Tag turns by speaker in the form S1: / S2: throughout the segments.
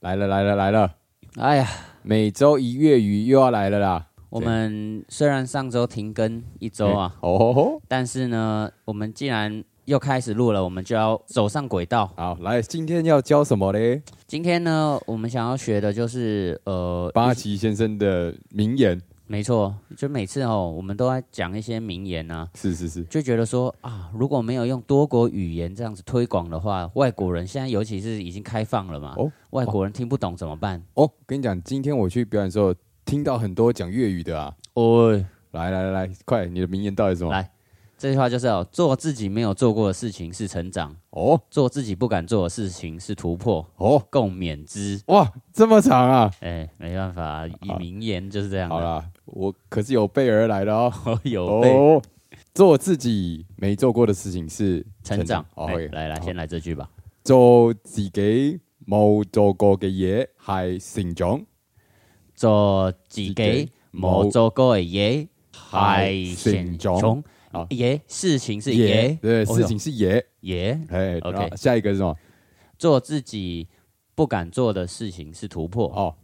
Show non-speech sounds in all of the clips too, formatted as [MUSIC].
S1: 来了来了来了，
S2: 哎呀，
S1: 每周一粤语又要来了啦！
S2: 我们虽然上周停更一周啊，
S1: 哎哦，
S2: 但是呢，我们既然又开始录了，我们就要走上轨道。
S1: 好，来，今天要教什么嘞？
S2: 今天呢，我们想要学的就是呃，
S1: 八旗先生的名言，
S2: 没错，就每次哦，我们都在讲一些名言啊，
S1: 是是是，
S2: 就觉得说啊，如果没有用多国语言这样子推广的话，外国人现在尤其是已经开放了嘛，
S1: 哦
S2: 外国人听不懂怎么办？
S1: 哦，跟你讲，今天我去表演的时候，听到很多讲粤语的啊。
S2: 哦，
S1: 来来来来，快，你的名言到底是什么？
S2: 来这句话就是哦，做自己没有做过的事情是成长，
S1: 哦
S2: 做自己不敢做的事情是突破，
S1: 哦，
S2: 共勉之。
S1: 哇，这么长啊！
S2: 哎、没办法，以名言就是这样的。
S1: 好啦，我可是有备而来的哦。
S2: 我 [LAUGHS] 有被
S1: 哦，做自己没做过的事情是
S2: 成长。
S1: 哦
S2: 哎，
S1: OK
S2: 来来，
S1: 好
S2: 先来这句吧。
S1: 做自己冇做過嘅嘢系成長，
S2: 做自己冇做过的嘢，
S1: 係成長。好
S2: 嘢事情是
S1: 野
S2: 嘢，
S1: 对，
S2: 哦
S1: 事情是野。
S2: 嘢。
S1: 哎
S2: OK
S1: 然后下一个是什么？
S2: 做自己不敢做的事情是突破。
S1: 哦，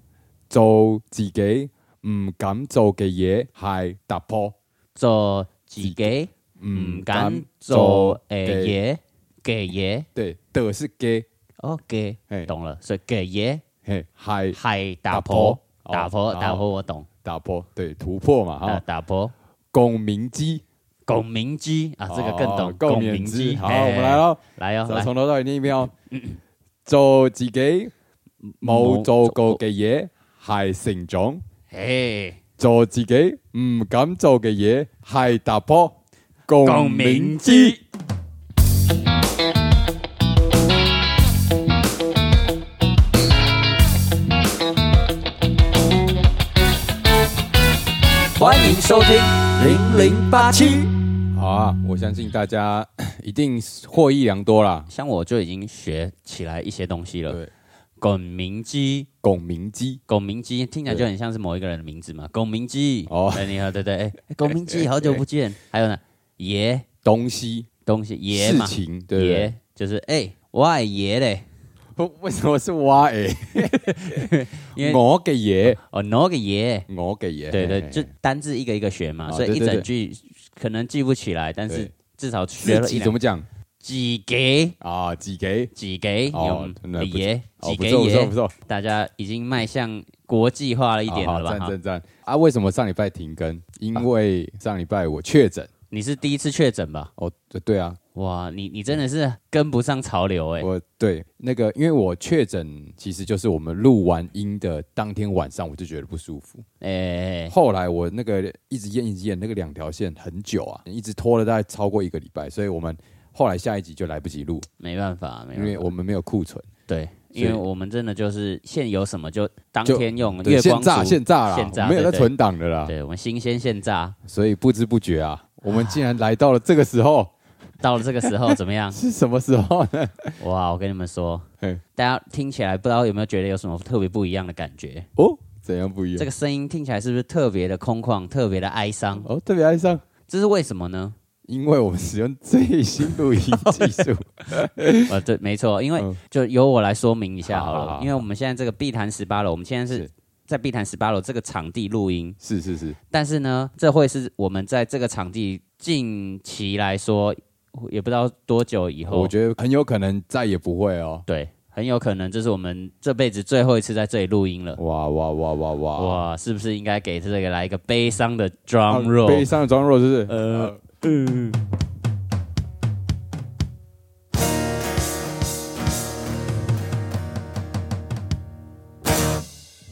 S1: 做自己唔敢做嘅嘢係突破，
S2: 做自己唔敢做嘅
S1: 嘅
S2: 嘢嘅嘢，
S1: 对，的是嘅，
S2: 哦嘅，
S1: 嘿
S2: 懂了。所以嘅嘢
S1: 嘿，係
S2: 係
S1: 打
S2: 打
S1: 破
S2: 破，打破，
S1: 哦
S2: 打破，我懂。
S1: 打破，对，突破嘛
S2: 啊，
S1: 哈。
S2: 打破。
S1: 共鸣之
S2: 龚明基啊，这个更
S1: 哦
S2: 懂。
S1: 共
S2: 龚
S1: 鸣
S2: 明
S1: 之。
S2: 基，
S1: 好，
S2: 嘿
S1: 我们来，喽，
S2: 来哦，
S1: 再
S2: 来。嗯
S1: 從頭到尾念一遍哦。做自己冇做過嘅嘢係成長。
S2: 嘿，
S1: 做自己唔敢做嘅嘢系突破，共
S2: 龚
S1: 鸣
S2: 明
S1: 之
S2: 基。。欢迎收听零零八七。
S1: 好啊，我相信大家 [COUGHS] 一定获益良多啦。
S2: 像我就已经学起来一些东西了。
S1: 对，
S2: 龚明基，
S1: 共鸣之
S2: 龚明基听起来就很像是某一个人的名字嘛。龚明基，
S1: 哦
S2: 哦，你好，对
S1: [LAUGHS]
S2: 对，哎，龚明基，好久不见。还有呢，爷
S1: 东西
S2: 东西爷
S1: 事
S2: 嘛，
S1: 情，对不对？
S2: 爷就是哎，我爱爷嘞，
S1: 为什么是我诶？
S2: 因为
S1: 我嘅嘢，
S2: 哦，哪个爷？
S1: 我嘅嘢。
S2: 对
S1: 嗯嘿
S2: 对，
S1: 嘿
S2: 就单字一个一个学嘛，
S1: 哦
S2: 所以一
S1: 对对
S2: 整句可能记不起来，但是
S1: 对
S2: 至少学
S1: 自
S2: 了一
S1: 己
S2: 两
S1: 怎么讲
S2: 几给
S1: 啊？自己
S2: 几给
S1: 哦
S2: 有
S1: 那不
S2: 爷
S1: 哦，
S2: 几
S1: 不
S2: 给
S1: 错不错
S2: 爷
S1: 不，错，
S2: 大家已经迈向国际化了一点
S1: 好
S2: 了
S1: 赞
S2: 吧？哈啊
S1: 赞赞啊！为什么上礼拜停更？因为上礼拜我确诊。
S2: 你是第一次确诊吧？
S1: 哦，对对啊，
S2: 哇，你你真的是跟不上潮流哎、
S1: 我对那个，因为我确诊，其实就是我们录完音的当天晚上，我就觉得不舒服。
S2: 哎、
S1: 后来我那个一直验一直验，那个两条线很久啊，一直拖了大概超过一个礼拜，所以我们后来下一集就来不及录，
S2: 没办法，没
S1: 因
S2: 办法，
S1: 为我们没有库存，
S2: 对，
S1: 所以
S2: 因为我们真的就是现有什么就当
S1: 就
S2: 天用，
S1: 对
S2: 月
S1: 现
S2: 光
S1: 炸
S2: 族
S1: 现炸啦，
S2: 现
S1: 我
S2: 炸
S1: 没有在
S2: 对对
S1: 存档的啦，
S2: 对我们新鲜现炸，
S1: 所以不知不觉啊，我们竟然来到了这个时
S2: [LAUGHS]
S1: 候，
S2: 到了这个时
S1: [LAUGHS]
S2: 候怎么样？
S1: 是什么时候呢？
S2: 哇，我跟你们说
S1: 嘿，
S2: 大家听起来不知道有没有觉得有什么特别不一样的感觉？
S1: 哦，怎样不一样？
S2: 这个声音听起来是不是特别的空旷，特别的哀伤？
S1: 哦，特别爱上。
S2: 这是为什么呢？
S1: 因为我们使用最新录音技术，
S2: 呃，对，没错，因为
S1: 嗯
S2: 就由我来说明一下好了，
S1: 好好好
S2: 因为我们现在这个碧潭十八楼，我们现在是
S1: 是
S2: 在碧潭十八楼这个场地录音，
S1: [LAUGHS] 是是是，
S2: 但是呢，这会是我们在这个场地近期来说，也不知道多久以后，
S1: 我觉得很有可能再也不会哦。
S2: 对，很有可能这是我们这辈子最后一次在这里录音了。
S1: 哇哇哇哇哇！
S2: 哇，是不是应该给这个来一个悲伤的
S1: 啊
S2: drum roll？
S1: 悲伤的装肉就是
S2: 呃
S1: 呃，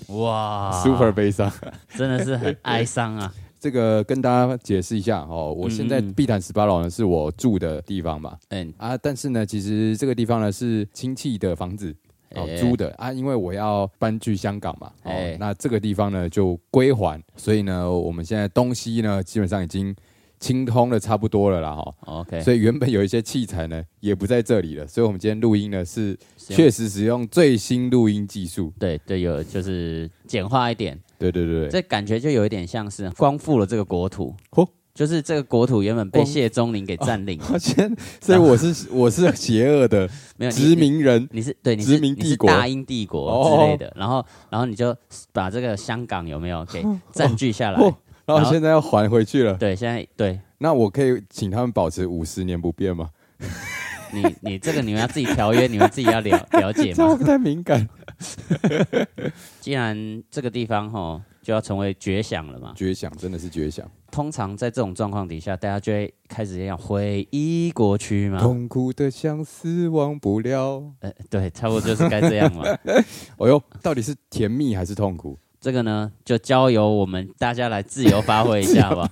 S2: 哇
S1: super 悲伤。
S2: 真的是很哀伤啊！
S1: 啊 [LAUGHS] 这个跟大家解释一下哦，我现在
S2: 嗯嗯
S1: 碧潭十八楼呢是我住的地方嘛
S2: 嗯，
S1: 啊，但是呢，其实这个地方呢是亲戚的房子。哦
S2: 哎，
S1: 租的啊，因为我要搬去香港嘛，哦，
S2: 哎
S1: 那这个地方呢就归还，所以呢，我们现在东西呢基本上已经清空的差不多了啦，哈、
S2: OK，
S1: 所以原本有一些器材呢也不在这里了，所以我们今天录音呢是
S2: 是
S1: 确实使用最新录音技术，
S2: 对对，有就是简化一点，
S1: 对对对对，
S2: 这感觉就有一点像是光复了这个国土。
S1: 哦
S2: 就是这个国土原本被谢宗林给占领，
S1: 发现，所以我是我是邪恶
S2: [LAUGHS]
S1: 的
S2: 没有你
S1: 殖民人，
S2: 你是对你是
S1: 殖民
S2: 你是
S1: 帝国
S2: 大英帝国之类的，然后然后你就把这个香港有没有给占据下来？
S1: 哦然
S2: 然
S1: 后
S2: 后
S1: 现在要还回去了。
S2: 对，现在对 [LAUGHS]
S1: 那我可以请他们保持五十年不变吗？
S2: 你你这个你们要自己条约，你们自己要了了解
S1: 这
S2: 嘛。
S1: 样不太敏感。
S2: 既然这个地方吼就要成为绝响了
S1: [LAUGHS]
S2: 嘛，
S1: [LAUGHS] 绝响真的是绝响，
S2: 通常在这种状况底下，大家就会开始要回忆过去嘛。
S1: 痛苦的相思忘不了。
S2: 呃，对，差不多就是该这样嘛。
S1: 哎呦，到底是甜蜜还是痛苦？
S2: 这个呢，就交由我们大家来自由发挥一下
S1: [LAUGHS]
S2: 吧。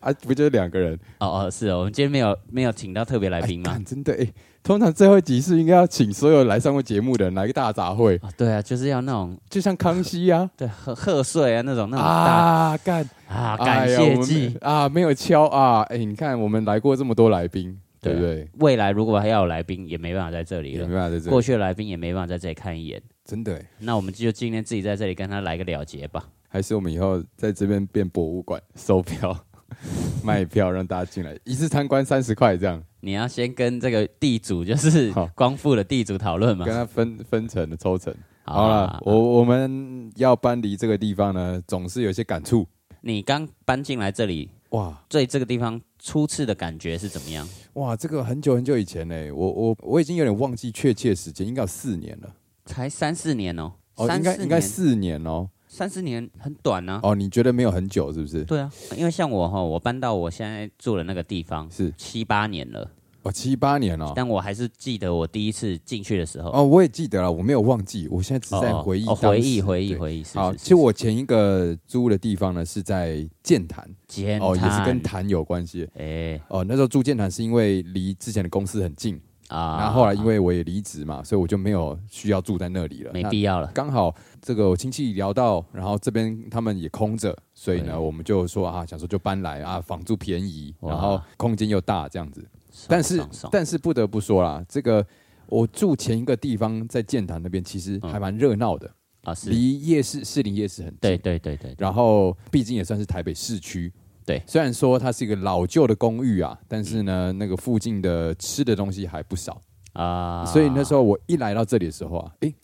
S1: 啊，不就是两个人？
S2: 哦哦，是哦，我们今天没有没有请到特别来宾嘛
S1: 干，？真的哎、通常最后一集是应该要请所有来上过节目的人来个大杂烩，
S2: 啊，对啊，就是要那种
S1: 就像康熙啊
S2: 对贺贺岁啊那 [LAUGHS] 种那种大
S1: 啊干
S2: 啊
S1: 哎
S2: 感
S1: 呀
S2: 谢
S1: 我们
S2: 祭。
S1: 啊，没有敲啊！哎、你看我们来过这么多来宾，对
S2: 对啊
S1: 不对？
S2: 未来如果还要有来宾，也没办法在这里
S1: 也没
S2: 了。
S1: 办法在这
S2: 过
S1: 里，
S2: 去的来宾也没办法在这里看一眼，
S1: 真的、欸，
S2: 那我们就今天自己在这里跟他来个了结吧。
S1: 还是我们以后在这边变博物馆，收票 [LAUGHS] 卖票，让大家进来，一次参观三十块这样。
S2: 你要先跟这个地主，就是
S1: 好
S2: 光复的地主讨论嘛
S1: 跟。他分分成的抽成。
S2: 啊
S1: 好了
S2: 啊，
S1: 我我们要搬离这个地方呢，总是有些感触。
S2: 你刚搬进来这里，
S1: 哇
S2: 对这个地方初次的感觉是怎么样？
S1: 哇，这个很久很久以前呢，我我我已经有点忘记确切时间，应该有四年了。
S2: 才三四年哦，
S1: 哦，
S2: 三
S1: 应该
S2: 四
S1: 应该
S2: 年，啊
S1: 四年哦。
S2: 三四年很短呢、
S1: 哦，你觉得没有很久是不是？
S2: 对啊，因为像我哈，我搬到我现在住的那个地方
S1: 是
S2: 七八年了，
S1: 哦，七八年哦。
S2: 但我还是记得我第一次进去的时候。
S1: 哦，我也记得了，我没有忘记，我现在只是在
S2: 哦哦
S1: 回忆
S2: 哦
S1: 当时、
S2: 回忆，回忆，
S1: 对。
S2: 回忆。是
S1: 好，
S2: 是是
S1: 其实我前一个租的地方呢是在建潭，
S2: 简
S1: 哦，也是跟
S2: 谈
S1: 潭有关系。
S2: 哎
S1: 哦，那时候住建潭是因为离之前的公司很近，
S2: 啊，
S1: 然后后来因为我也离职嘛，所以我就没有需要住在那里了。
S2: 没
S1: 那
S2: 必要了，
S1: 刚好这个我亲戚聊到，然后这边他们也空着，所以
S2: 对
S1: 呢，我们就说啊，想说就搬来啊，房租便宜，
S2: 哇
S1: 然后空间又大这样子。
S2: 爽
S1: 但是
S2: 爽爽
S1: 但是不得不说啦，这个我住前一个地方在建潭那边，其实还蛮热闹的，
S2: 啊嗯是，
S1: 离夜市士林夜市很近。
S2: 对对对对，
S1: 然后毕竟也算是台北市区。
S2: 对嗯
S1: 虽然说它是一个老旧的公寓啊，但是呢，那个附近的吃的东西还不少。
S2: 啊，
S1: 所以那时候我一来到这里的时候啊，诶，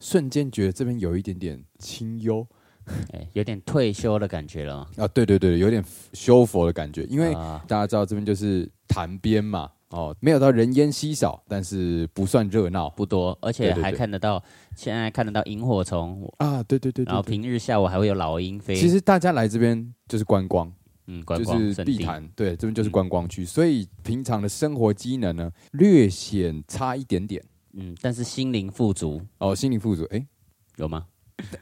S1: 瞬间觉得这边有一点点清幽
S2: 哎有点退休的感觉了嘛，
S1: 啊，对对对，有点修佛的感觉，因为
S2: 啊
S1: 大家知道这边就是潭边嘛，哦，没有到人烟稀少，但是不算热闹
S2: 不多，而且
S1: 对对
S2: 还
S1: 对
S2: 看得到，现在看得到萤火虫，
S1: 啊，对对对
S2: 然后
S1: 对对。
S2: 平日下午还会有老鹰飞，
S1: 其实大家来这边就是观光，
S2: 嗯，观光
S1: 就是
S2: 圣
S1: 地
S2: 地嗯
S1: 坛，对，这边就是观光区，所以平常的生活机能呢略显差一点点
S2: 嗯，但是心灵富足
S1: 哦，心灵富足。诶，
S2: 有吗？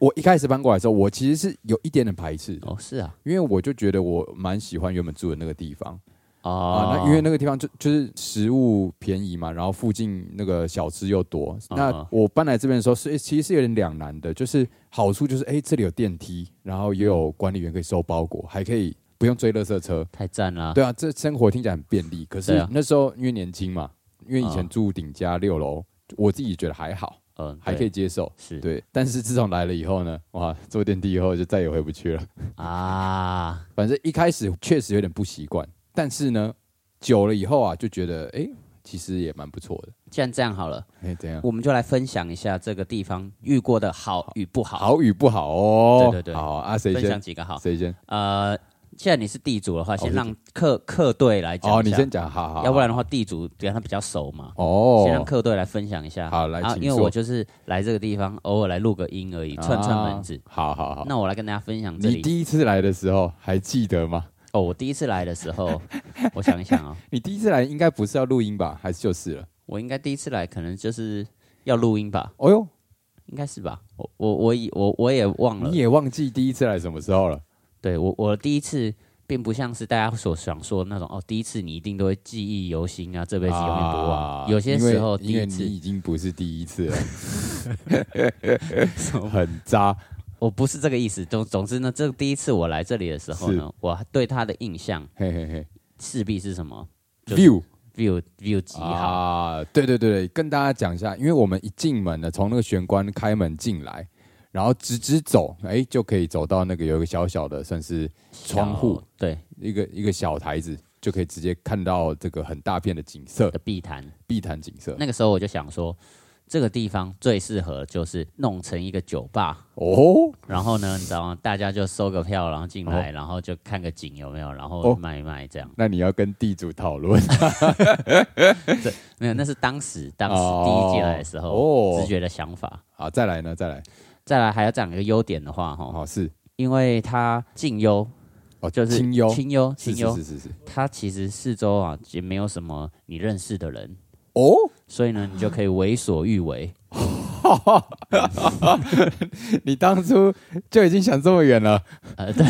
S1: 我一开始搬过来的时候，我其实是有一点点排斥的，
S2: 哦，是啊，
S1: 因为我就觉得我蛮喜欢原本住的那个地方。
S2: 哦
S1: 啊，，那因为那个地方就就是食物便宜嘛，然后附近那个小吃又多。
S2: 嗯
S1: 那我搬来这边的时候是其实是有点两难的，就是好处就是哎、这里有电梯，然后也
S2: 嗯
S1: 有管理员可以收包裹，还可以不用追垃圾车。
S2: 太赞了，
S1: 对啊，这生活听起来很便利。可
S2: 对
S1: 是
S2: 啊
S1: 那时候因为年轻嘛，因为以前
S2: 嗯
S1: 住顶家六楼，我自己觉得还好，
S2: 嗯，
S1: 还
S2: 对
S1: 可以接受。
S2: 是
S1: 对，但是自从来了以后呢，哇，坐电梯以后就再也回不去了。
S2: 啊，
S1: 反正一开始确实有点不习惯，但是呢，久了以后啊，就觉得哎、诶其实也蛮不错的。
S2: 既然这样好了，
S1: 哎、怎样？
S2: 我们就来分享一下这个地方遇过的好与不好，
S1: 好与不好哦。
S2: 对对对
S1: 好啊，谁
S2: 分享
S1: 先？
S2: 几个好。
S1: 谁先？
S2: 呃，既然你是地主的话，先
S1: 我是
S2: 让客客队来讲
S1: 哦，
S2: 一
S1: 你
S2: 下
S1: 先讲，好好。
S2: 要不然的话地主跟他比较熟嘛，
S1: 哦，
S2: 先让客队来分享一下。
S1: 好来
S2: 啊，
S1: 请
S2: 因为
S1: 说
S2: 我就是来这个地方偶尔来录个音而已，串串门子。
S1: 啊好好好。
S2: 那我来跟大家分享这
S1: 你
S2: 里
S1: 第一次来的时候还记得吗？
S2: 哦，我第一次来的
S1: [LAUGHS]
S2: 时候，我想一想啊、
S1: 你第一次来应该不是要录音吧？还是就是了？
S2: 我应该第一次来，可能就是要录音吧，
S1: 哦呦，
S2: 应该是吧？我我我以我我也忘了
S1: 你，也忘记第一次来什么时候了？
S2: 对我我第一次并不像是大家所想说的那种哦，第一次你一定都会记忆犹新啊，这辈子永远不忘。
S1: 啊
S2: 有些
S1: 因为
S2: 时候第
S1: 因为
S2: 一
S1: 你
S2: 次
S1: 已经不是第一次
S2: [LAUGHS]
S1: [LAUGHS] 了，很渣。
S2: 我不是这个意思，总总之呢，这第一次我来这里的时候呢，我对他的印象
S1: 嘿嘿嘿
S2: 势必是什么就是
S1: view 啊
S2: view view 极好，
S1: 啊，对对对对，跟大家讲一下，因为我们一进门呢，从那个玄关开门进来，然后直直走，哎，就可以走到那个有一个小小的算是窗户
S2: 小对
S1: 一个一个小台子，就可以直接看到这个很大片的景色
S2: 的，碧潭。
S1: 碧潭景色。
S2: 那个时候我就想说，这个地方最适合就是弄成一个酒吧，
S1: 哦，
S2: 然后呢，你知道吗？大家就收个票，然后进来，然后就看个景有没有，然后
S1: 哦
S2: 卖一卖这样。
S1: 那你要跟地主讨
S2: [LAUGHS]
S1: 论
S2: 没有，那是当时当
S1: 哦
S2: 时第一季来的时候、
S1: 哦
S2: 直觉的想法。
S1: 啊。再来呢，再来，
S2: 再来还要讲一个优点的话，哈，
S1: 哦，是
S2: 因为它近优，
S1: 哦，
S2: 就是
S1: 清幽，
S2: 清幽，
S1: 是
S2: 清
S1: 是
S2: 幽
S1: 是，是是。
S2: 它其实四周啊也没有什么你认识的人，
S1: 哦，
S2: 所以呢，你就可以为所欲为。
S1: 你当初就已经想这么远了
S2: 呃，对，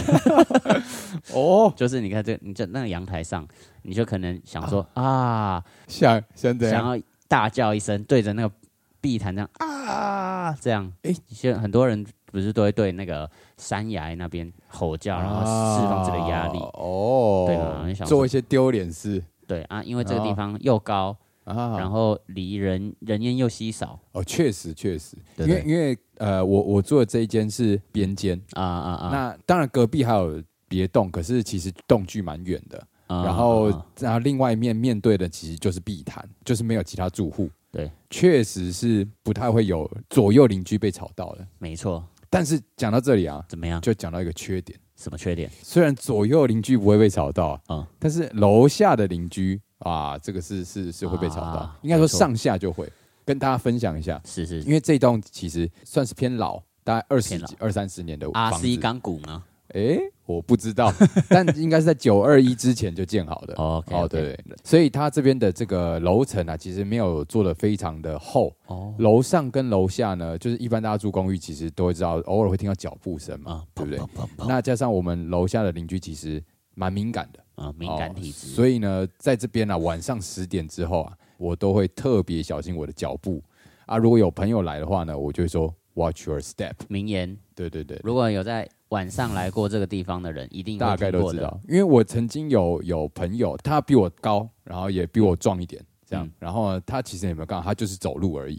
S1: [LAUGHS] 哦，
S2: 就是你看这，你在那个阳台上，你就可能想说啊，
S1: 想想怎样？
S2: 想要大叫一声，对着那个碧潭这样啊，这样，
S1: 诶
S2: 哎，现在很多人不是都会对那个山崖那边吼叫，然后
S1: 哦
S2: 释放自己的压力
S1: 啊，哦，
S2: 对啊你想说
S1: 做一些丢脸事
S2: 对啊，因为这个
S1: 哦
S2: 地方又高，
S1: 啊，
S2: 然后离人人烟又稀少，
S1: 哦，确实确实，
S2: 对
S1: 因为因为呃，我我住的这一间是边间，
S2: 啊啊啊，
S1: 那当然隔壁还有别栋，可是其实栋距蛮远的，
S2: 啊
S1: 然后
S2: 啊啊
S1: 然后另外一面面对的其实就是碧潭，就是没有其他住户，
S2: 对，
S1: 确实是不太会有左右邻居被吵到的。
S2: 没错，
S1: 但是讲到这里啊，
S2: 怎么样？
S1: 就讲到一个缺点。
S2: 什么缺点？
S1: 虽然左右邻居不会被吵到，
S2: 嗯
S1: 但是楼下的邻居啊，这个是是是会被吵到，
S2: 啊
S1: 应该说
S2: 没错
S1: 上下就会跟大家分享一下，
S2: 是是
S1: 因为这栋其实算是偏老，大概二十
S2: 偏老啊
S1: 几、二三十年的
S2: ，R
S1: 房子
S2: C 钢骨吗
S1: 诶，我不知道， [LAUGHS] 但应该是在九二一之前就建好的。
S2: ？OK，
S1: 哦，对，对，所以它这边的这个楼层啊，其实没有做的非常的厚，
S2: 哦
S1: 楼上跟楼下呢，就是一般大家住公寓，其实都会知道，偶尔会听到脚步声嘛，
S2: 啊，
S1: 对不对？
S2: 砰？砰砰砰
S1: 那加上我们楼下的邻居其实蛮敏感的，
S2: 啊，敏感体
S1: 哦
S2: 质，
S1: 所以呢，在这边啊，晚上十点之后啊，我都会特别小心我的脚步啊。如果有朋友来的话呢，我就会说 watch your step。
S2: 名言，
S1: 对对对，
S2: 如果有在晚上来过这个地方的人，一定会
S1: 大概
S2: 听
S1: 都
S2: 过
S1: 知
S2: 的。
S1: 道，因为我曾经有有朋友，他比我高，然后也比我壮一点，这样，
S2: 嗯
S1: 然后呢，他其实也没有干嘛，他就是走路而已，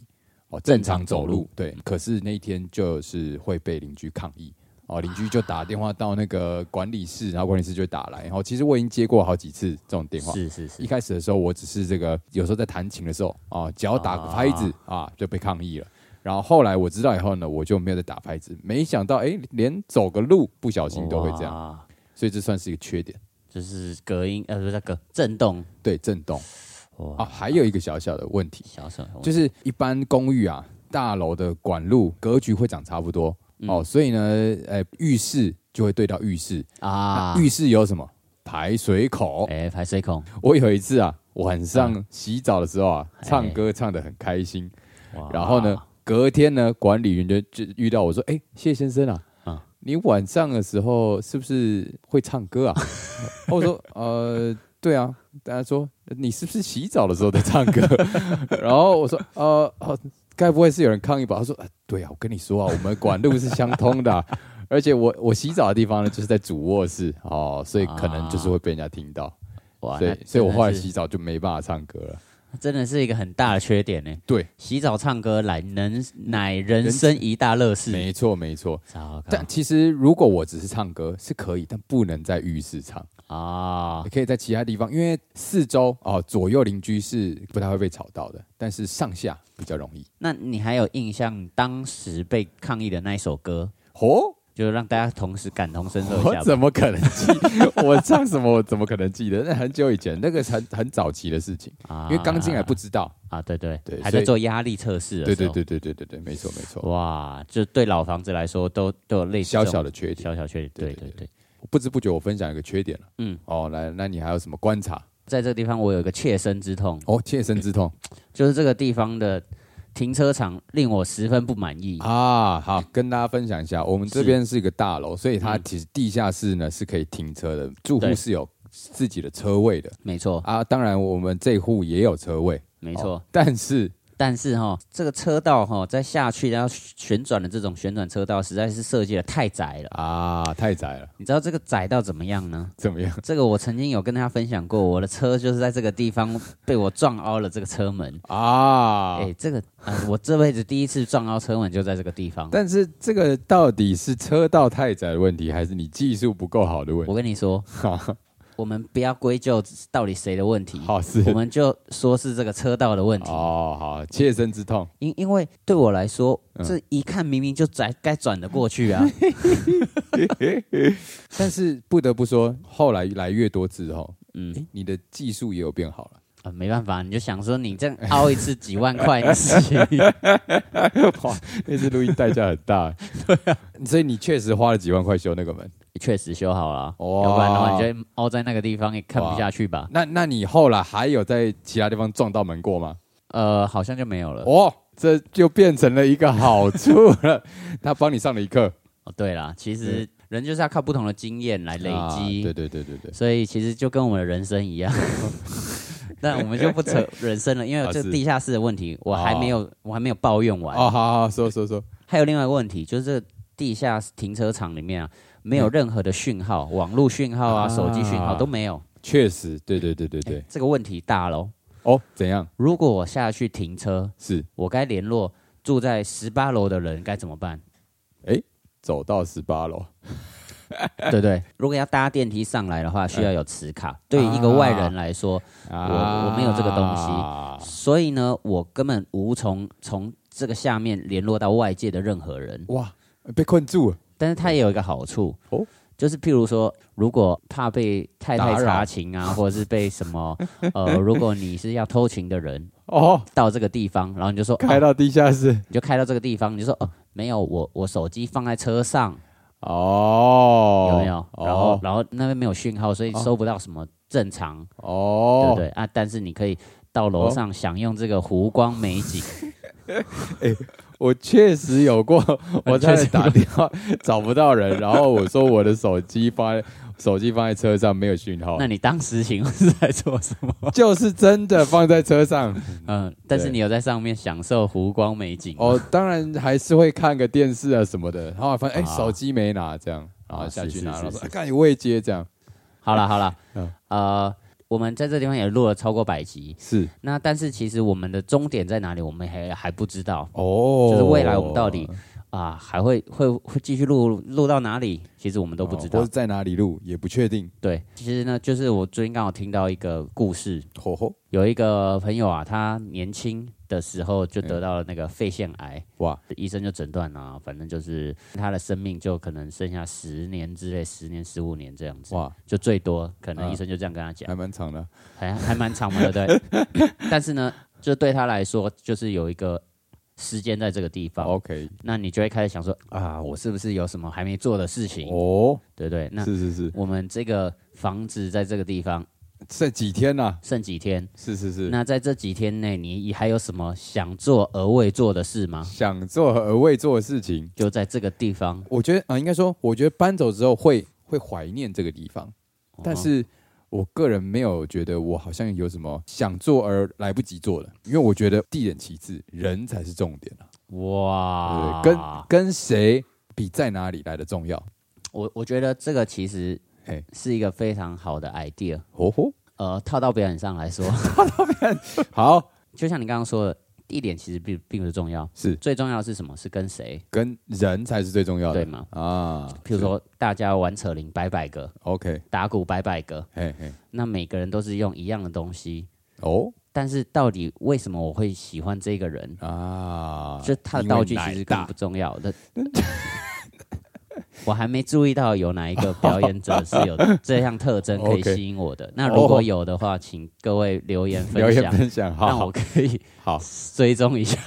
S1: 哦，
S2: 正
S1: 正
S2: 常
S1: 常
S2: 走
S1: 走
S2: 路嗯
S1: 路，对。可是那一天就是会被邻居抗议，哦，邻居就打电话到那个管理室，然后管理室就打来，然哦后其实我已经接过好几次这种电话。
S2: 是是
S1: 一
S2: 是，
S1: 开始的时候，我只是这个有时候在弹琴的时候啊，脚打个拍子啊就被抗议了。然后后来我知道以后呢，我就没有再打拍子。没想到，哎，连走个路不小心都会这样。
S2: 样，
S1: 所以这算是一个缺点。
S2: 就是隔音呃不是隔震动
S1: 对，震动啊，
S2: 哇，
S1: 还有一个小小的问题，
S2: 小手
S1: 就是一般公寓啊，大楼的管路格局会长差不多、
S2: 嗯
S1: 哦，所以呢，呃，浴室就会对到浴室
S2: 啊
S1: 那，浴室有什么排水口？
S2: 哎排水孔
S1: 我有一次啊，晚上洗澡的时候啊，
S2: 哎
S1: 唱歌唱得很开心，
S2: 哇
S1: 然后呢，隔天呢，管理员就就遇到我说：“哎、谢先生啊，
S2: 嗯
S1: 你晚上的时候是不是会唱歌啊？” [LAUGHS] 我说：“呃，对啊。”大家说：“你是不是洗澡的时候在唱歌？” [LAUGHS] 然后我说：“呃，哦，该不会是有人抗议吧？”他说：“呃对啊，我跟你说啊，我们管路是相通的啊、 [LAUGHS] 而且我我洗澡的地方呢，就是在主卧室哦，所以可能就是会被人家听到，
S2: 啊哇，
S1: 所
S2: 那
S1: 以所以我后来
S2: 真的是
S1: 洗澡就没办法唱歌了。
S2: 真的是一个很大的缺点呢。
S1: 对，
S2: 洗澡唱歌乃能乃人生一大乐事，
S1: 没错，没错。
S2: 糟糕
S1: 但其实如果我只是唱歌是可以，但不能在浴室唱，
S2: 啊
S1: 也！可以在其他地方，因为四周哦左右邻居是不太会被吵到的，但是上下比较容易。
S2: 那你还有印象当时被抗议的那一首歌，
S1: 哦，
S2: 就让大家同时感同身受一下
S1: 我
S2: 吧。
S1: 怎么可能记？我唱什么我怎么可能记得？那很久以前，那个是很很早期的事情，
S2: 啊
S1: 因为刚进来不知道。
S2: 啊，对对
S1: 对
S2: 还
S1: 所
S2: 在
S1: 以
S2: 做压力测试的
S1: 对
S2: 时
S1: 对
S2: 候
S1: 对对对对对，没错没错，
S2: 哇，就对老房子来说都都有类似
S1: 小
S2: 这
S1: 小
S2: 种
S1: 的缺点。
S2: 小小缺点，对
S1: 对
S2: 对
S1: 对
S2: 对。
S1: 不知不觉我分享一个缺点了。
S2: 嗯
S1: 嗯，哦，来，那你还有什么观察？
S2: 在这个地方，我有一个切身之痛，
S1: 哦，切身之痛
S2: 就是这个地方的停车场令我十分不满意。
S1: 啊！好，跟大家分享一下，我们这
S2: 是
S1: 边是一个大楼，所以它
S2: 嗯
S1: 其实地下室呢是可以停车的，住
S2: 对
S1: 户是有自己的车位的啊
S2: 没错，
S1: 啊。当然，我们这户也有车位，
S2: 没错
S1: 哦，但是
S2: 但是哈、这个车道哈、在下去然后旋转的这种旋转车道，实在是设计的太窄了。
S1: 啊，太窄了，
S2: 你知道这个窄到怎么样呢？
S1: 怎么样
S2: 这个我曾经有跟他分享过，我的车就是在这个地方被我撞凹了这个车门。
S1: 啊？
S2: 哎、这个啊、呃我这辈子第一次撞凹车门就在这个地方。
S1: 但是这个到底是车道太窄的问题，还是你技术不够好的问
S2: 我
S1: 题？
S2: 跟
S1: [LAUGHS]
S2: 你说，
S1: 好，
S2: 我们不要归咎到底谁的问题，
S1: 好是
S2: 我们就说是这个车道的问题。
S1: 哦，好，切身之痛，
S2: 因因为对我来说，
S1: 嗯
S2: 这一看明明就窄，该转的过
S1: [LAUGHS]
S2: 去啊。
S1: 但是不得不说，后来来越多次后，
S2: 嗯
S1: 诶你的技术也有变好了。
S2: 啊、没办法，你就想说你这样凹一次几万块的事情，
S1: [LAUGHS] 哇， [LAUGHS] 那次录音代价很
S2: [LAUGHS]
S1: 大，对啊，所以你确实花了几万块修那个门。
S2: 确实修好了啊，
S1: 哇
S2: 要不然的话你就凹在那个地方也看不下去吧。
S1: 那那你后来还有在其他地方撞到门过吗？
S2: 呃，好像就没有了。哦
S1: 哦，这就变成了一个好处
S2: [LAUGHS]
S1: 了，他帮你上了一课，
S2: 哦对啦，其实人就是要靠不同的经验来累
S1: 啊
S2: 积，
S1: 对对对对对，
S2: 所以其实就跟我们的人生
S1: [LAUGHS]
S2: 一样。但我们就不扯人生了，因为
S1: 啊
S2: 这
S1: 是哦
S2: 地下室的问题，我还没有，我还没有抱怨完。
S1: 哦，好好说说说，
S2: 还有另外一个问题，就是这地下停车场里面啊，没有任何的讯号，网络讯号啊、
S1: 啊
S2: 手机讯号都没有。
S1: 确实，对对对对对，
S2: 这个问题大喽。
S1: 哎哦，怎样？
S2: 如果我下去停车，
S1: 是
S2: 我该联络住在十八楼的人该怎么办？
S1: 走到十八楼，
S2: [LAUGHS] 对不对？如果要搭电梯上来的话，需要有磁卡。对于一个外人来说，
S1: 啊
S2: 我没有这个东西
S1: 西。
S2: 所以呢，我根本无从从这个下面联络到外界的任何人。
S1: 哇，被困住了，
S2: 但是它也有一个好处
S1: 哦
S2: 就是譬如说，如果怕被太太
S1: 打扰
S2: 查情啊，或者是被什么，呃，如果你是要偷情的人
S1: 哦，
S2: 到这个地方，然后你就说，
S1: 开
S2: 哦、
S1: 到地下室，
S2: 你就开到这个地方，你就说，哦、没有，我我手机放在车上，
S1: 哦，
S2: 有没有？然后
S1: 哦
S2: 然后那边没有讯号，所以收不到什么正常，对
S1: 哦
S2: 不，对啊？但是你可以到楼上享用这个湖光美景，
S1: 我确实有
S2: [LAUGHS]
S1: 过，我差
S2: 确
S1: 点
S2: 实
S1: 打电话找不到人，然后我说我的手机放在手机放在车上没有讯号
S2: 那，你当时情是在做什么？
S1: 就是真的放在车上。
S2: 嗯，但是
S1: 对
S2: 你有在上面享受湖光美景吗
S1: 哦，当然还是会看个电视啊什么的，然后发现哎
S2: 啊
S1: 手机没拿这样，然后
S2: 啊
S1: 下去
S2: 是
S1: 拿，
S2: 是
S1: 然后说
S2: 是
S1: 哎看你未接这样，
S2: 好了好了
S1: 嗯，
S2: 呃，我们在这地方也录了超过百集。
S1: 是
S2: 那但是其实我们的终点在哪里，我们还还不知道
S1: 哦
S2: 就是未来我们到底啊，还会会会继续录录到哪里？其实我们都不知道
S1: 哦或。是在哪里录也不确定。
S2: 对，其实呢，就是我最近刚好听到一个故事，
S1: 吼吼，
S2: 有一个朋友啊，他年轻的时候就得到了那个肺腺癌，
S1: 哇，
S2: 医生就诊断啊，反正就是他的生命就可能剩下十年之类，十年十五年这样子，
S1: 哇，
S2: 就最多，可能
S1: 嗯
S2: 医生就这样跟他讲。
S1: 还蛮长的
S2: 还哎还蛮长嘛，对不对？
S1: [LAUGHS]
S2: 但是呢，就对他来说，就是有一个时间在这个地方，
S1: ，OK，
S2: 那你就会开始想说啊，我是不是有什么还没做的事情，
S1: 哦，
S2: 对不对？那
S1: 是是是，
S2: 我们这个房子在这个地方
S1: 这几天呐，
S2: 剩几天？
S1: 是是是，
S2: 那在这几天内，你还有什么想做而未做的事吗？
S1: 想做而未做的事情，
S2: 就在这个地方，
S1: 我觉得啊，应该说，我觉得搬走之后会会怀念这个地方，
S2: 哦
S1: 但是我个人没有觉得我好像有什么想做而来不及做的，因为我觉得地点其次，人才是重点啊。
S2: 哇，
S1: 对，跟跟谁比在哪里来的重要。
S2: 我我觉得这个其实
S1: 嘿
S2: 是一个非常好的 idea。
S1: 哦吼，
S2: 呃，套到表演上来说， [LAUGHS]
S1: 好，
S2: 就像你刚刚说的，地点其实并并不是重要，
S1: 是
S2: 最重要的是什么？是跟谁，
S1: 跟人才是最重要
S2: 对
S1: 的
S2: 吗？
S1: 啊。
S2: 譬如说，大家玩扯铃百百个，
S1: ，OK，
S2: 打鼓百百个，
S1: 嘿嘿，
S2: 那每个人都是用一样的东西，
S1: 哦
S2: 但是到底为什么我会喜欢这个人？
S1: 啊，
S2: 就他的
S1: 因为
S2: 道具
S1: 奶
S2: 其实根本
S1: 大
S2: 不重要的。 [LAUGHS] 我还没注意到有哪一个表演者是有这项特征可
S1: [LAUGHS]
S2: 以
S1: OK
S2: 吸引我的。那如果有的话，请各位留言
S1: 留
S2: 分
S1: 言
S2: 享， [LAUGHS]
S1: 分享，好
S2: 让
S1: 好
S2: 我可以
S1: 好
S2: 追踪一下。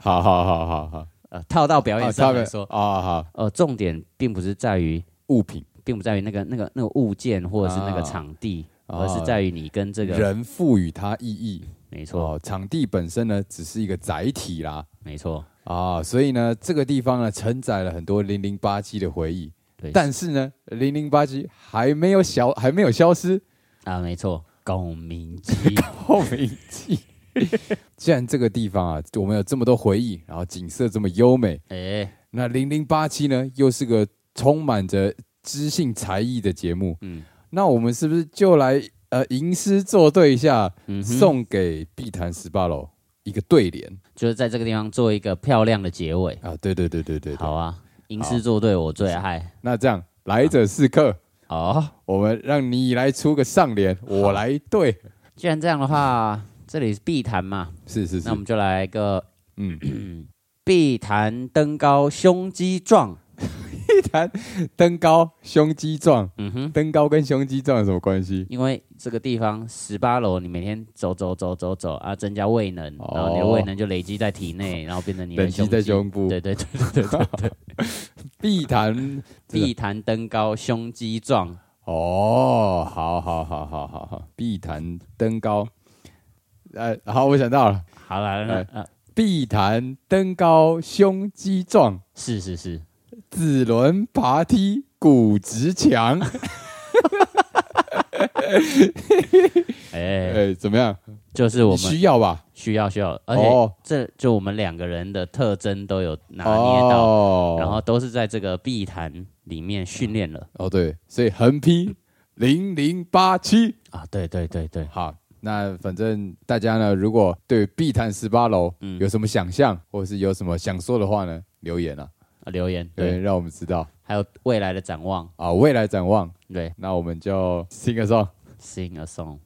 S1: 好好好好好，
S2: 呃，套到表演上来说，
S1: 啊，好
S2: 呃，重点并不是在于，
S1: 物品。
S2: 并不在于那个那个那个物件或者是那个
S1: 啊
S2: 场地，
S1: 哦
S2: 而是在于你跟这个，
S1: 人赋予它意义。
S2: 没错，
S1: 哦，场地本身呢，只是一个载体啦。
S2: 没错，
S1: 啊、所以呢，这个地方呢，承载了很多零零八七的回忆。
S2: 对，
S1: 但是呢，零零八七还没有消，还没有消失。
S2: 啊，没错，共鸣机，
S1: 后明记， [LAUGHS] 既然这个地方啊，我们有这么多回忆，然后景色这么优美，
S2: 哎，
S1: 那零零八七呢，又是个充满着知性才艺的节目，
S2: 嗯
S1: 那我们是不是就来呃吟诗作对一下，
S2: 嗯哼，
S1: 送给碧潭十八楼一个对联
S2: 就是在这个地方做一个漂亮的结尾。
S1: 啊？对对对对对对
S2: 好啊，吟诗作对我最爱。
S1: 那这样来者是客，
S2: 哦，
S1: 我们让你来出个上联，我来对，
S2: 既然这样的话，这里是碧潭嘛，
S1: 是是是
S2: 那我，们就来一个
S1: 嗯，
S2: [CLEARS THROAT] 碧潭登高胸肌壮。
S1: 碧潭登高胸肌壮，
S2: 嗯哼，
S1: 登高跟胸肌壮有什么关系？
S2: 因为这个地方十八楼，你每天走走走走走啊，增加胃能，
S1: 哦
S2: 然后你的胃能就累积在体内，然后变成你的
S1: 冷
S2: 胸
S1: 积
S2: 肌
S1: 在。胸部，
S2: 对对
S1: [LAUGHS]
S2: 对对对， [LAUGHS]
S1: 碧潭这个
S2: 碧潭登高胸肌壮。
S1: 哦，好好好好好好，碧潭登高，呃，好，我想到了，
S2: 好了，那
S1: 哎
S2: 呃，
S1: 碧潭登高胸肌壮，
S2: 是是是，
S1: 子轮爬梯骨直强。
S2: 哎，
S1: 哎，怎么样？
S2: 就是我
S1: 你
S2: 们
S1: 需要吧？
S2: 需要需要，而且
S1: 哦
S2: 这就我们两个人的特征都有拿捏到，
S1: 哦，
S2: 然后都是在这个碧潭里面训练了
S1: 哦对，所以横批零零八七。
S2: 啊。对对对对，
S1: 好，那反正大家呢，如果对碧潭十八楼
S2: 嗯
S1: 有什么想象，或是有什么想说的话呢，留言啊，
S2: 啊留言
S1: 留言
S2: 对，
S1: 让我们知道
S2: 还有未来的展望，
S1: 啊，未来展望。
S2: 对
S1: 那我们就 sing a song。
S2: ，sing a song。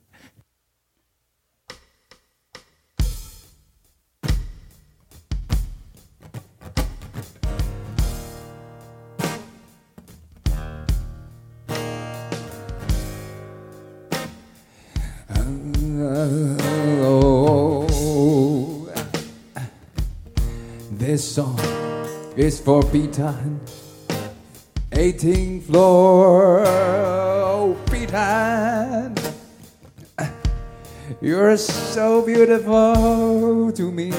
S1: Oh, This song is for Bitan, 18th floor. Oh, Bitan, you're so beautiful to me.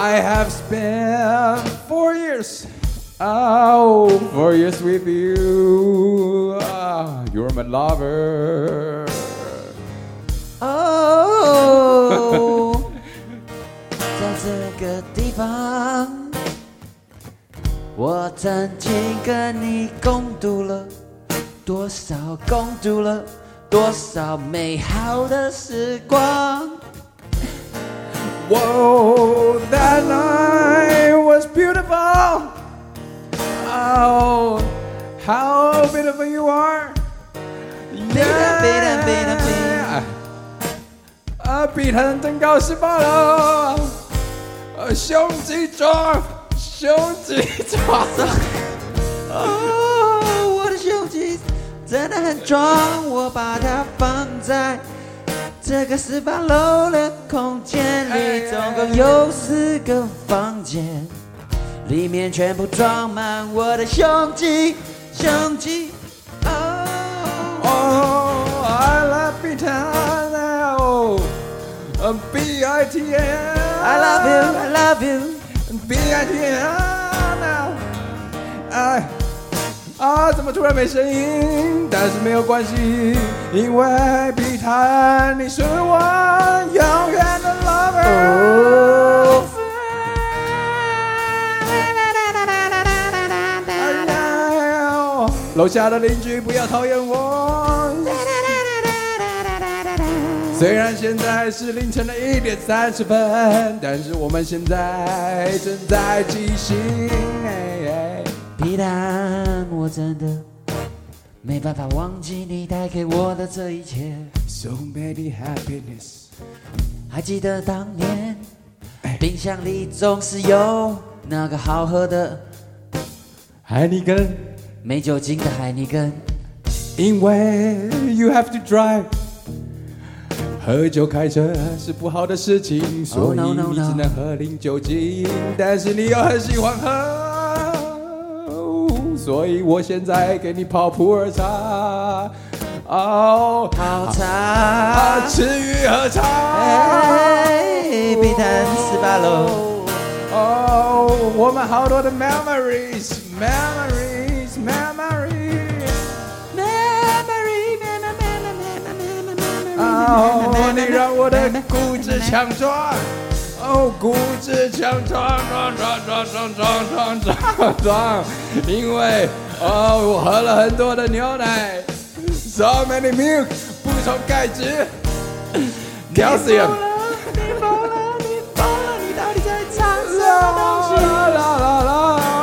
S1: I have spent four years, oh, four years with you. Ah, you're my lover.
S2: 哦，在这个地方，我曾经跟你共度了多少共度了多少美好的时光。
S1: Whoa, that night was beautiful. Oh, how beautiful you are.
S2: bitter, bitter, bitter.
S1: Yeah. 啊，比他人登高十八楼，呃，胸肌壮，胸肌壮。
S2: 哦，我的胸肌真的很壮，我把它放在这个十八楼的空间里，总共有四个房间，里面全部装满我的胸肌，胸肌。哦，
S1: Oh, I love it now. Uh, B I T N.
S2: I love you, I love you。
S1: B I T N now. 啊哎，啊，怎么突然没声音？但是没有关系，因为碧潭，你是我永远的 lover。楼哎下的邻居不要讨厌我。虽然现在是凌晨的一点三十分，但是我们现在正在进行。哎哎
S2: 皮蛋，我真的没办法忘记你带给我的这一切。
S1: So many happiness，
S2: 还记得当年，冰箱里总是有那个好喝的
S1: 海尼根，
S2: 没酒精的海尼根。
S1: 因为 you have to drive。喝酒开车是不好的事情，所以
S2: no,
S1: 你
S2: no,
S1: 只
S2: no
S1: 能喝零酒精，但是你又很喜欢喝。所以我现在给你泡普洱茶，哦、
S2: 好
S1: 啊，
S2: 茶，
S1: 吃鱼喝茶。
S2: 哎，碧潭十八楼，
S1: 哦，我们好多的 memories，memories，memories。
S2: Memory, memory, memory, memory, memory, memory.
S1: 啊哦，你让我的骨质强壮，哦，骨质强壮，壮壮壮壮壮壮壮壮，因为哦，我喝了很多的牛奶，so many milk，补充钙质，calcium。啦啦啦啦！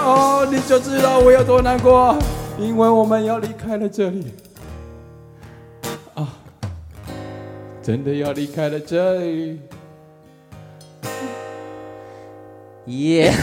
S1: 哦，你就知道我有多难过，因为我们要离开了这里。啊，真的要离开了这里。
S2: 耶！